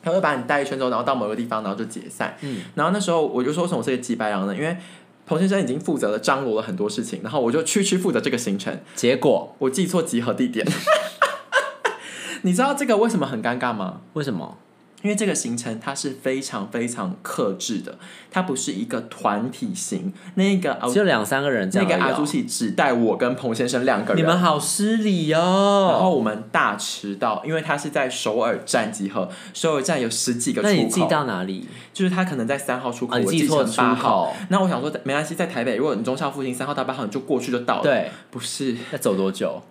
Speaker 1: 他会把你带一圈之后，然后到某个地方，然后就解散。
Speaker 2: 嗯，
Speaker 1: 然后那时候我就说，为什么我是一个鸡白狼呢？因为彭先生已经负责了张罗了很多事情，然后我就区区负责这个行程，
Speaker 2: 结果
Speaker 1: 我记错集合地点。 你知道这个为什么很尴尬吗？
Speaker 2: 为什么？
Speaker 1: 因为这个行程它是非常非常克制的，它不是一个团体行。那个啊
Speaker 2: 只有两三个人这
Speaker 1: 那
Speaker 2: 样而已
Speaker 1: 个
Speaker 2: 哦。
Speaker 1: 阿朱系只带我跟彭先生两个人，
Speaker 2: 你们好失礼
Speaker 1: 然
Speaker 2: 哦。
Speaker 1: 后我们大迟到，因为他是在首尔站集合，首尔站有十几个出
Speaker 2: 那
Speaker 1: 口，
Speaker 2: 你记到哪里？
Speaker 1: 就是他可能在三号出口，
Speaker 2: 啊，你
Speaker 1: 我
Speaker 2: 记错
Speaker 1: 成
Speaker 2: 出
Speaker 1: 八号。
Speaker 2: 口。
Speaker 1: 那我想说，没关系，在台北，如果你中校附近三号到八号，你就过去就到了。，
Speaker 2: 对，
Speaker 1: 不是
Speaker 2: 要走多久？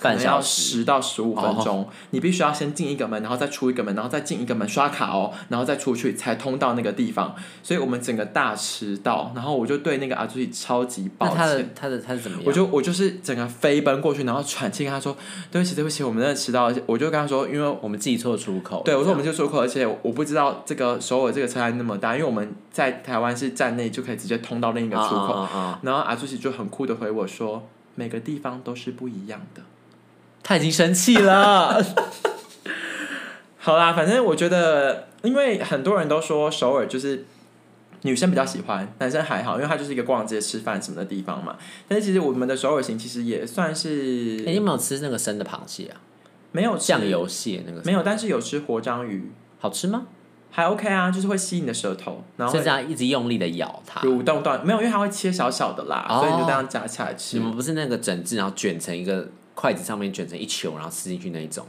Speaker 1: 可
Speaker 2: 半
Speaker 1: 能要
Speaker 2: 小时。哦
Speaker 1: 十到十五分钟，你必须要先进一个门，然后再出一个门，然后再进一个门刷卡哦，然后再出去才通到那个地方。所以我们整个大迟到，然后我就对那个阿朱超级抱
Speaker 2: 那他的
Speaker 1: 歉。
Speaker 2: 他的他是怎么样？
Speaker 1: 我就我就是整个飞奔过去，然后喘气跟他说：“对不起，对不起，我们真的迟到。”了。”我就跟他说：“因为
Speaker 2: 我们记错出口。
Speaker 1: 对我说我们就出口，而且我不知道这个首尔这个车站那么大，因为我们在台湾是站内就可以直接通到另一个出口。
Speaker 2: 啊啊啊啊
Speaker 1: 然后阿朱喜就很酷的回我说：“每个地方都是不一样的。”
Speaker 2: 他已经生气 了。
Speaker 1: 好啦，反正我觉得，因为很多人都说首尔就是女生比较喜欢，男生还好，因为它就是一个逛街、吃饭什么的地方嘛。但是其实我们的首尔行其实也算
Speaker 2: 哎
Speaker 1: 是
Speaker 2: 你有没有吃那个生的螃蟹啊？
Speaker 1: 没有吃
Speaker 2: 酱，油蟹那个
Speaker 1: 没有，但是有吃活章鱼，
Speaker 2: 好吃吗？
Speaker 1: 还 OK 啊，就是会吸你的舌头，然后
Speaker 2: 就这样一直用力的咬它。
Speaker 1: 蠕动断，没有，因为它会切小小的啦，
Speaker 2: 哦
Speaker 1: 所以你就这样夹起来吃
Speaker 2: 你。们不是那个整只，然后卷成一个筷子上面卷成一球，然后吃进去那一种？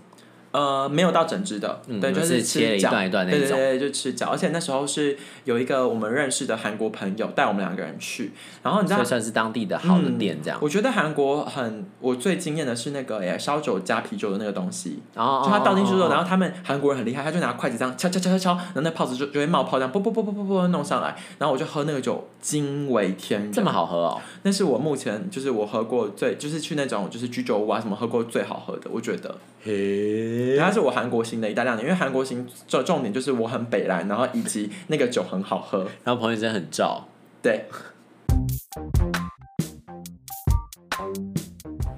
Speaker 1: 呃，没有到整只的，
Speaker 2: 嗯
Speaker 1: 对，就
Speaker 2: 就是
Speaker 1: 吃
Speaker 2: 切了一
Speaker 1: 脚
Speaker 2: 段一段那
Speaker 1: 对对
Speaker 2: 种
Speaker 1: 对，就吃脚。而且那时候是有一个我们认识的韩国朋友带我们两个人去，然后你知道
Speaker 2: 所以算是当地的好的店这样。
Speaker 1: 我觉得韩国很，我最惊艳的是那个耶烧酒加啤酒的那个东西，
Speaker 2: 然后
Speaker 1: 嗯就它倒进去之后，
Speaker 2: 哦
Speaker 1: 然后他们韩国人很厉害，他就拿筷子这样敲敲敲敲敲，然后那泡子就就会冒泡，这样啵啵啵啵啵啵弄上来，然后我就喝那个酒，惊为天人
Speaker 2: 这。么好喝哦，
Speaker 1: 那是我目前就是我喝过最，就是去那种就是居酒屋啊什么喝过最好喝的，我觉得。
Speaker 2: 嘿，
Speaker 1: 它是我韩国行的一大亮点，因为韩国行重重点就是我很北蓝，然后以及那个酒很好喝。
Speaker 2: 然后朋友真的很照，
Speaker 1: 对。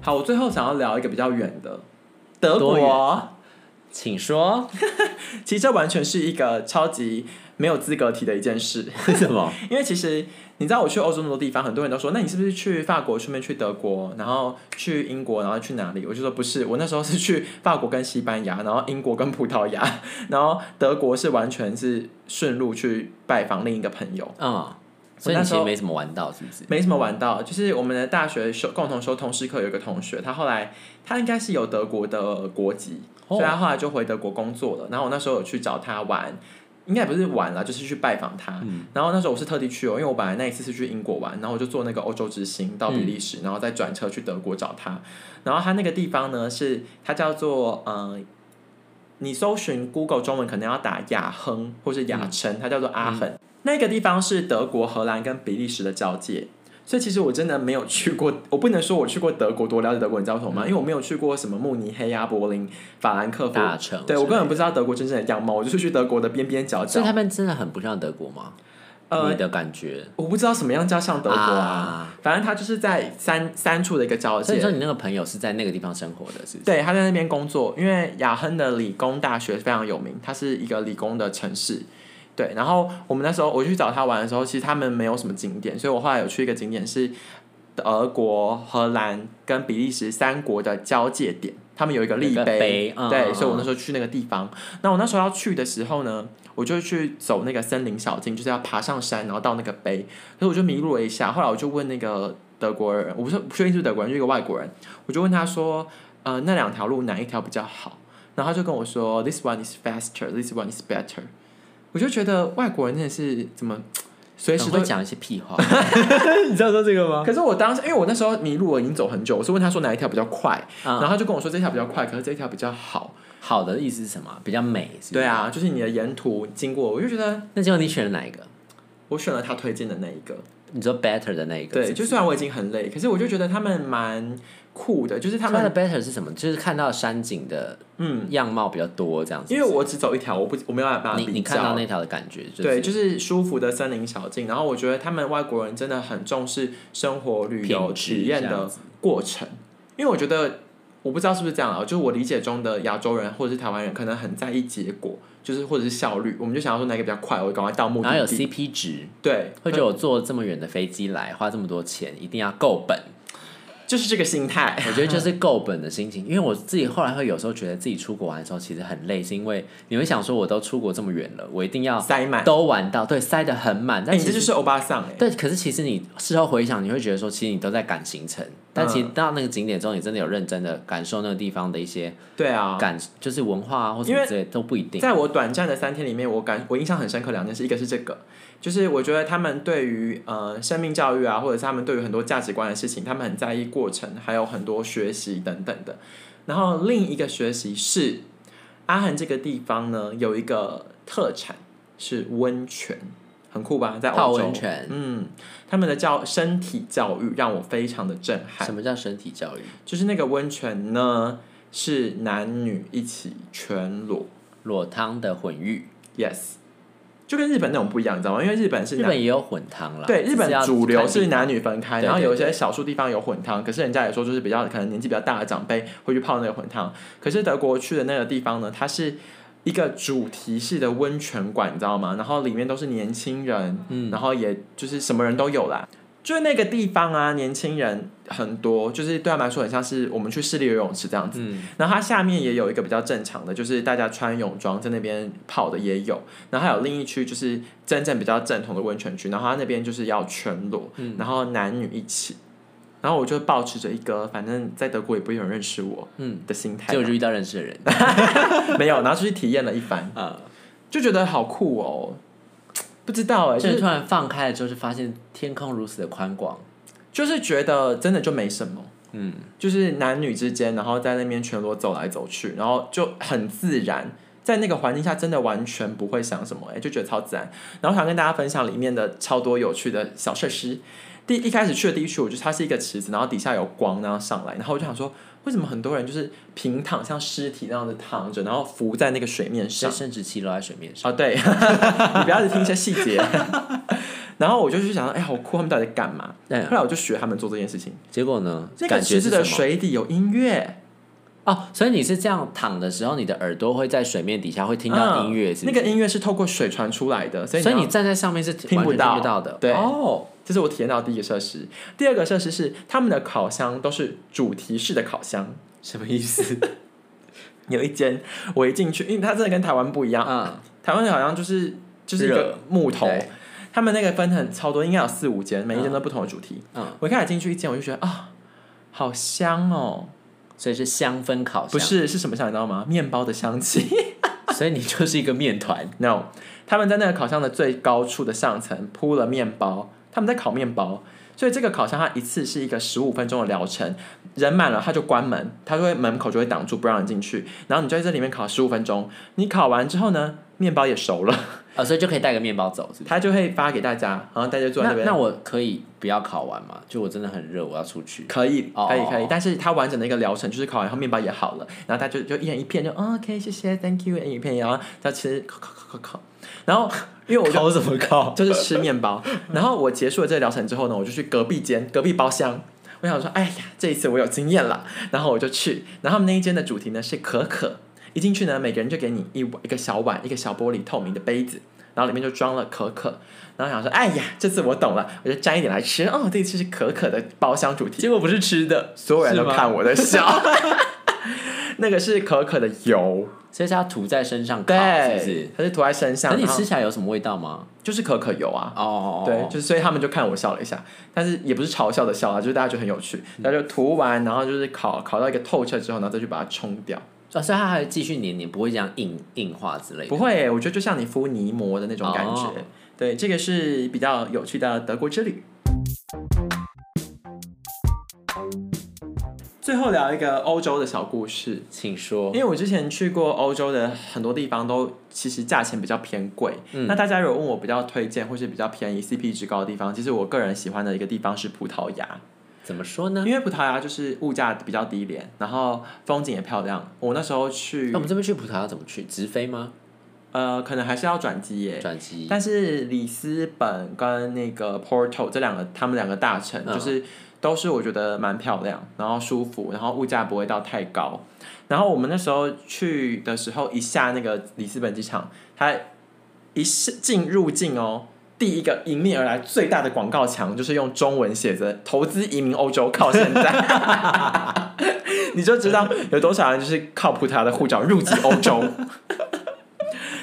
Speaker 1: 好，我最后想要聊一个比较远的德
Speaker 2: 多
Speaker 1: 国
Speaker 2: 远，请说
Speaker 1: 其实这完全是一个超级没有资格提的一件事，
Speaker 2: 为什么？
Speaker 1: 因为其实你知道我去欧洲那么多地方，很多人都说，那你是不是去法国，顺便去德国，然后去英国，然后去哪里？我就说不是，我那时候是去法国跟西班牙，然后英国跟葡萄牙，然后德国是完全是顺路去拜访另一个朋友。
Speaker 2: 嗯，所以
Speaker 1: 那
Speaker 2: 你
Speaker 1: 时
Speaker 2: 其
Speaker 1: 候
Speaker 2: 实没什么玩到，是不是？
Speaker 1: 没什么玩到，就是我们的大学修共同修通识课有一个同学，他后来他应该是有德国的国籍，
Speaker 2: 哦
Speaker 1: 所以他后来就回德国工作了。然后我那时候有去找他玩，应该也不是玩了，就是去拜访他。然后那时候我是特地去哦，因为我本来那一次是去英国玩，然后我就坐那个欧洲之星到比利时，然后再转车去德国找他。然后他那个地方呢是它叫做嗯。呃你搜寻 Google 中文可能要打雅亨或是雅琛，它叫做阿亨。那个地方是德国、荷兰跟比利时的交界，所以其实我真的没有去过， 我不能说我去过德国多了解德国，你知道为什么吗？因为我没有去过什么慕尼黑啊、柏林、法兰克福，
Speaker 2: 大城，
Speaker 1: 对我根本不知道德国真正的样貌，我就是去德国的边边角
Speaker 2: 所以
Speaker 1: 角，
Speaker 2: 他们真的很不像德国吗？
Speaker 1: 呃
Speaker 2: 你，的感觉，
Speaker 1: 我不知道什么样叫像德国啊，
Speaker 2: 啊
Speaker 1: 反正他就是在三三处的一个交
Speaker 2: 所以
Speaker 1: 界
Speaker 2: 说。你那个朋友是在那个地方生活的，是不是？
Speaker 1: 对，他在那边工作，因为雅亨的理工大学非常有名，它是一个理工的城市。对，然后我们那时候我去找他玩的时候，其实他们没有什么景点，所以我后来有去一个景点是德国、荷兰跟比利时三国的交界点，他们有一个立
Speaker 2: 有一个碑嗯
Speaker 1: 对，
Speaker 2: 嗯
Speaker 1: 所以我
Speaker 2: 嗯
Speaker 1: 那时候去那个地方。那我那时候要去的时候呢，我就去走那个森林小径，就是要爬上山，然后到那个碑。可是我就迷路了一下，后来我就问那个德国人，我不是不确定是不是德国人，就一个外国人，我就问他说，呃，那两条路哪一条比较好？然后他就跟我说，this one is faster, this one is better。我就觉得外国人真的是怎么随时
Speaker 2: 很
Speaker 1: 都
Speaker 2: 会，讲一些屁 话，
Speaker 1: 你知道说这个吗？可是我当时，因为我那时候迷路了，已经走很久，我是问他说哪一条比较快，
Speaker 2: 嗯
Speaker 1: 然后他就跟我说这条比较快，可是这条比较好。
Speaker 2: 好的意思是什么？比较美，是不是
Speaker 1: 对，啊，就是你的沿途经过，我就觉得
Speaker 2: 那结果你选了哪一个？
Speaker 1: 我选了他推荐的那一个。
Speaker 2: 你说 better 的那一个，
Speaker 1: 对，
Speaker 2: 是不
Speaker 1: 就是虽然我已经很累，可是我就觉得他们蛮酷的，就是他
Speaker 2: 他
Speaker 1: 们
Speaker 2: 的 better 是什么？就是看到山景的
Speaker 1: 嗯，
Speaker 2: 样貌比较多，这样子。
Speaker 1: 因为我只走一条，我不我没有办法
Speaker 2: 你
Speaker 1: 比
Speaker 2: 你看到
Speaker 1: 较。
Speaker 2: 那条的感觉，就是、
Speaker 1: 对，就是舒服的森林小径，然后我觉得他们外国人真的很重视生活旅游
Speaker 2: 品质
Speaker 1: 体验
Speaker 2: 这
Speaker 1: 的
Speaker 2: 样子
Speaker 1: 过程，因为我觉得我不知道是不是这样啊，就是我理解中的亚洲人或者是台湾人可能很在意结果，就是或者是效率，我们就想要说哪个比较快，我赶快到目
Speaker 2: 然后有
Speaker 1: 的地。
Speaker 2: CP 值，
Speaker 1: 对，
Speaker 2: 会觉得我坐这么远的飞机来，花这么多钱，一定要够本。
Speaker 1: 就是这个心态。
Speaker 2: 我觉得就是够本的心情，因为我自己后来会有时候觉得自己出国玩的时候其实很累，是因为你会想说，我都出国这么远了，我一定要
Speaker 1: 塞满。
Speaker 2: 都玩到，对，塞得很满。
Speaker 1: 哎、
Speaker 2: 但
Speaker 1: 你
Speaker 2: 其
Speaker 1: 这
Speaker 2: 实、
Speaker 1: 就是欧巴桑哎、
Speaker 2: 对，可是其实你事后回想，你会觉得说，其实你都在赶行
Speaker 1: 嗯
Speaker 2: 程，但其实到那个景点之后，你真的有认真的感受那个地方的一些
Speaker 1: 对啊，
Speaker 2: 感，就是文化啊或什
Speaker 1: 因
Speaker 2: 么
Speaker 1: 为
Speaker 2: 之类都不一定。
Speaker 1: 在我短暂的三天里面，我感我印象很深刻两件事，一个是这个，就是我觉得他们对于呃生命教育啊，或者是他们对于很多价值观的事情，他们很在意过程，还有很多学习等等的。然后另一个学习是阿恒这个地方呢有一个特产是温泉，很酷吧？在
Speaker 2: 泡
Speaker 1: 欧洲
Speaker 2: 温，泉，
Speaker 1: 嗯，他们的教身体教育让我非常的震撼。
Speaker 2: 什么叫身体教育？
Speaker 1: 就是那个温泉呢，是男女一起全裸
Speaker 2: 裸汤的混浴，
Speaker 1: ，yes，就跟日本那种不一样，你知道吗？因为日本是
Speaker 2: 日
Speaker 1: 男
Speaker 2: 本也有混汤啦。
Speaker 1: 对日
Speaker 2: 只
Speaker 1: 本
Speaker 2: 要
Speaker 1: 主流
Speaker 2: 看
Speaker 1: 是
Speaker 2: 地方
Speaker 1: 男女分开，
Speaker 2: 对
Speaker 1: 然后有一
Speaker 2: 对
Speaker 1: 些少数地方有混汤，可是人家也说就是比较可能年纪比较大的长辈会去泡那个混汤，可是德国去的那个地方呢，它是。一个主题式的温泉馆，你知道吗？然后里面都是年轻人，
Speaker 2: 嗯
Speaker 1: 然后也就是什么人都有啦。就是那个地方啊，年轻人很多，就是对他们来说很像是我们去市立游泳池这样子。
Speaker 2: 嗯，
Speaker 1: 然后它下面也有一个比较正常的，就是大家穿泳装在那边泡的也有，然后还有另一区就是真正比较正统的温泉区，然后它那边就是要全裸，
Speaker 2: 嗯
Speaker 1: 然后男女一起，然后我就抱持着一个反正在德国也不会有人认识我，
Speaker 2: 嗯
Speaker 1: 的心态
Speaker 2: 结果就遇到认识 的人，
Speaker 1: 没有，然后出去体验了一番，
Speaker 2: 啊，
Speaker 1: 就觉得好酷哦，不知道哎、就
Speaker 2: 就是突
Speaker 1: 是
Speaker 2: 然放开了之后，就发现天空如此的宽广，
Speaker 1: 就是觉得真的就没什么。
Speaker 2: 嗯，
Speaker 1: 就是男女之间，然后在那边全裸走来走去，然后就很自然，在那个环境下真的完全不会想什么、哎，就觉得超自然。然后想跟大家分享里面的超多有趣的小设施。第一开始去的第一区，我觉得它是一个池子，然后底下有光那样上来，然后我就想说，为什么很多人就是平躺像尸体那样的躺着，然后浮在那个水面
Speaker 2: 所
Speaker 1: 上
Speaker 2: 以？生殖器露在水面上，
Speaker 1: 哦，对， 你不要只听一些细节。 然后我就去想说，哎、好酷，他们到底在干嘛？
Speaker 2: 对，
Speaker 1: 后来我就学他们做这件事情。
Speaker 2: 结果呢？
Speaker 1: 那个
Speaker 2: 哎感觉
Speaker 1: 池子
Speaker 2: 是什
Speaker 1: 的
Speaker 2: 么？
Speaker 1: 水底有音乐。
Speaker 2: 哦，所以你是这样躺的时候，你的耳朵会在水面底下会听到
Speaker 1: 嗯
Speaker 2: 音乐，是不
Speaker 1: 那
Speaker 2: 是
Speaker 1: 个音乐是透过水传出来的，所以
Speaker 2: 所以
Speaker 1: 你
Speaker 2: 你
Speaker 1: 要
Speaker 2: 站在上面是
Speaker 1: 听
Speaker 2: 完
Speaker 1: 不
Speaker 2: 全
Speaker 1: 到
Speaker 2: 听不到的，
Speaker 1: 对
Speaker 2: 哦，
Speaker 1: 这是我体验到的第一个设施。第二个设施是他们的烤箱都是主题式的烤箱，
Speaker 2: 什么意思？
Speaker 1: 有一间我一进去，因为它真的跟台湾不一样，
Speaker 2: 嗯，
Speaker 1: 台湾的好像就是就是一个
Speaker 2: 热
Speaker 1: 木头，
Speaker 2: 对
Speaker 1: 他们那个分很超多，应该有四五间，每一间都不同的主题。
Speaker 2: 嗯，
Speaker 1: 我一开始进去一间，我就觉得啊、好香哦！
Speaker 2: 所以是香氛烤箱，
Speaker 1: 不，是是什么香，你知道吗？面包的香气。
Speaker 2: 所以你就是一个面 团，
Speaker 1: No，他们在那个烤箱的最高处的上层铺了面包，他们在烤面包。所以这个烤箱它一次是一个十五分钟的疗程，人满了它就关门，它就会门口就会挡住不让你进去，然后你就在这里面烤十五分钟。你烤完之后呢，面包也熟了，
Speaker 2: 啊，所以就可以带个面包走，是不是？
Speaker 1: 它就会发给大家，然后大家坐在
Speaker 2: 那
Speaker 1: 那边。
Speaker 2: 那我可以不要烤完吗？就我真的很热，我要出去。
Speaker 1: 可以，
Speaker 2: 哦
Speaker 1: 可以，可以，但是它完整的一个疗程就是烤完后面包也好了，然后他就就一人一 片就、哦、OK 谢谢 Thank you 一人一片，然后他吃烤烤烤烤烤，然后因为我就
Speaker 2: 烤什么烤？
Speaker 1: 就是吃面包。然后我结束了这个疗程之后呢，我就去隔壁间、隔壁包厢。我想说，哎呀，这一次我有经验了，然后我就去。然后他们那一间的主题呢是可可，一进去呢，每个人就给你一碗一个小碗，一个小玻璃透明的杯子，然后里面就装了可可。然后想说，哎呀，这次我懂了，我就沾一点来吃。哦，这一次是可可的包厢主题，
Speaker 2: 结果不是吃的，
Speaker 1: 所有人都
Speaker 2: 是吗
Speaker 1: 看我在笑。 那个是可可的油，
Speaker 2: 所以是要涂在身上烤，是
Speaker 1: 对，
Speaker 2: 不是？
Speaker 1: 它是涂在身上，
Speaker 2: 可你
Speaker 1: 然后
Speaker 2: 吃起来有什么味道吗？
Speaker 1: 就是可可油啊。
Speaker 2: 哦哦，哦
Speaker 1: 对，就是所以他们就看我笑了一下，但是也不是嘲笑的笑啊，就是大家觉得很有趣，
Speaker 2: 嗯
Speaker 1: 大家就涂完，然后就是烤烤到一个透彻之后，然后再去把它冲掉。
Speaker 2: 哦，所以它还会继续黏黏，不会这样硬硬化之类的。
Speaker 1: 不会欸、我觉得就像你敷泥膜的那种感觉。
Speaker 2: 哦
Speaker 1: 对，这个是比较有趣的德国之旅。最后聊一个欧洲的小故事，
Speaker 2: 请说
Speaker 1: 因。为我之前去过欧洲的很多地方都其实价钱比较偏贵，
Speaker 2: 嗯
Speaker 1: 那大家如果问我比较推荐或是比较便宜 CP 值高的地方，其实我个人喜欢的一个地方是葡萄牙。
Speaker 2: 怎么说呢？
Speaker 1: 因为葡萄牙就是物价比较低廉，然后风景也漂亮。我那时候去
Speaker 2: 那我，们这边去葡萄牙怎么去？直飞吗？
Speaker 1: 呃，可能还是要转机耶。
Speaker 2: 转机？
Speaker 1: 但是里斯本跟那个 Porto 这两个，他们两个大城
Speaker 2: 嗯
Speaker 1: 就是都是我觉得蛮漂亮，然后舒服，然后物价不会到太高。然后我们那时候去的时候，一下那个里斯本机场，它一是进入境哦。第一个迎面而来最大的广告墙，就是用中文写着“投资移民欧洲”，靠现在，你就知道有多少人就是靠葡萄牙的护照入籍欧洲。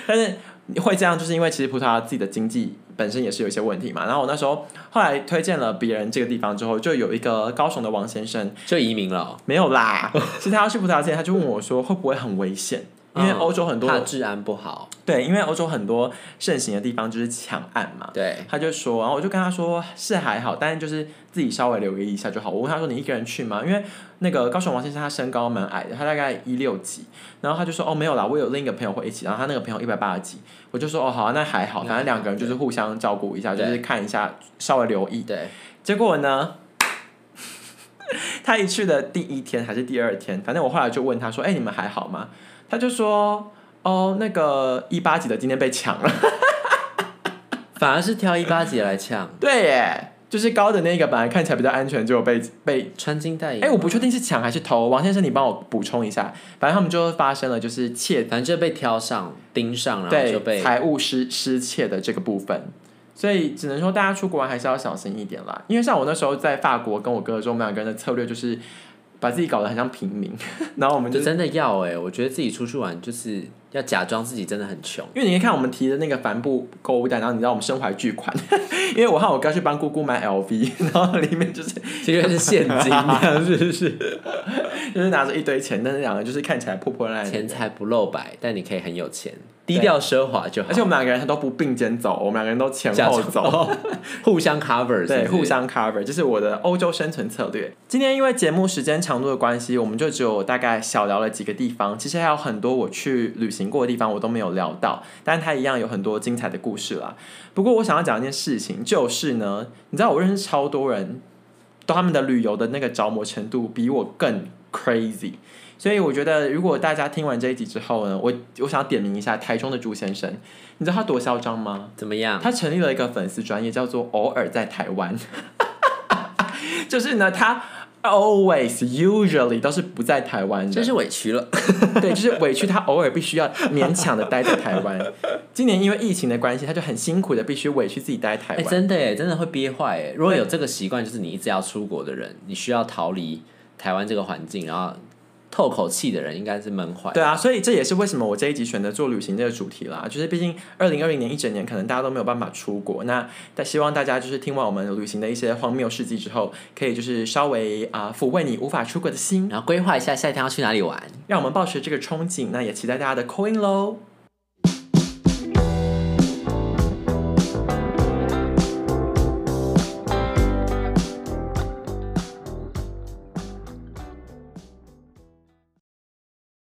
Speaker 1: 但是会这样，就是因为其实葡萄牙自己的经济本身也是有一些问题嘛。然后我那时候后来推荐了别人这个地方之后，就有一个高雄的王先生，
Speaker 2: 就移民了哦、
Speaker 1: 没有 啦，是他要去葡萄牙之前，他就问我说会不会很危险，因为
Speaker 2: 嗯
Speaker 1: 欧洲很多、
Speaker 2: 怕治安不好。
Speaker 1: 对，因为欧洲很多盛行的地方就是抢案嘛。
Speaker 2: 对，
Speaker 1: 他就说，然哦后我就跟他说是还好，但是就是自己稍微留意一下就好。我问他说你一个人去吗？因为那个高雄王先生他身高蛮矮的，他大概一六几，然后他就说哦没有啦，我有另一个朋友会一起，然后他那个朋友一百八十几，我就说哦好啊、那还好，反正两个人就是互相照顾一下，
Speaker 2: 对
Speaker 1: 就是看一下稍微留意。
Speaker 2: 对，
Speaker 1: 结果呢， 他一去的第一天还是第二天，反正我后来就问他说：“哎、你们还好吗？”他就说：“哦，那个一八几的今天被抢了。
Speaker 2: 反而是挑一八节来呛”，
Speaker 1: 对耶，就是高的那个本来看起来比较安全，结果被被。
Speaker 2: 穿金戴银。
Speaker 1: 哎、我不确定是抢还是偷，王先生，你帮我补充一下。反正他们就发生了就是窃
Speaker 2: 反正就被挑上、盯上，然后就
Speaker 1: 对
Speaker 2: 被
Speaker 1: 财务失失窃的这个部分，所以只能说大家出国玩还是要小心一点啦。因为像我那时候在法国跟我哥的时候，我们两个人的策略就是把自己搞得很像平民， 然后我们就
Speaker 2: 就真的要哎、我觉得自己出去玩就是要假装自己真的很穷。
Speaker 1: 因为你可以看我们提的那个帆布购物袋，然后你知道我们身怀巨款， 因为我和我哥去帮姑姑买 LV，然后里面 就是
Speaker 2: 这个是现金，这样是不是？
Speaker 1: 就是拿着一堆钱，但是两个就是看起来破破烂烂的，
Speaker 2: 钱财不露白，但你可以很有钱，低调奢华就好
Speaker 1: 而且。我们两个人他都不并肩走，我们两个人都前后
Speaker 2: 假
Speaker 1: 走。
Speaker 2: 哦 互相 cover，
Speaker 1: 对，
Speaker 2: 是不是
Speaker 1: 互。相 cover，这是我的欧洲生存策略。今天因为节目时间长度的关系，我们就只有大概小聊了几个地方，其实还有很多我去旅行过的地方我都没有聊到，但它一样有很多精彩的故事啦。不过我想要讲一件事情，就是呢，你知道我认识超多人，都他们的旅游的那个着魔程度比我更 crazy。所以我觉得，如果大家听完这一集之后呢，我我想要点名一下台中的朱先生，你知道他多嚣张吗？
Speaker 2: 怎么样？
Speaker 1: 他成立了一个粉丝专业，叫做“偶尔在台湾”， 就是呢，他 always usually 都是不在台湾
Speaker 2: 真
Speaker 1: 的，
Speaker 2: 是委屈了。
Speaker 1: 对，就是委屈他偶尔必须要勉强的待在台湾。今年因为疫情的关系，他就很辛苦的必须委屈自己待在台
Speaker 2: 哎、
Speaker 1: 湾。
Speaker 2: 真的哎，真的会憋坏哎。如果有这个习惯，就是你一直要出国的人，你需要逃离台湾这个环境，然后透口气的人应该是闷坏。
Speaker 1: 对啊，所以这也是为什么我这一集选择做旅行这个主题啦，就是毕竟二零二零年一整年可能大家都没有办法出国，那但希望大家就是听完我们旅行的一些荒谬事迹之后，可以就是稍微啊、抚慰你无法出国的心，
Speaker 2: 然后规划一下下一天要去哪里玩。
Speaker 1: 让我们保持这个憧憬，那也期待大家的 coin 喽。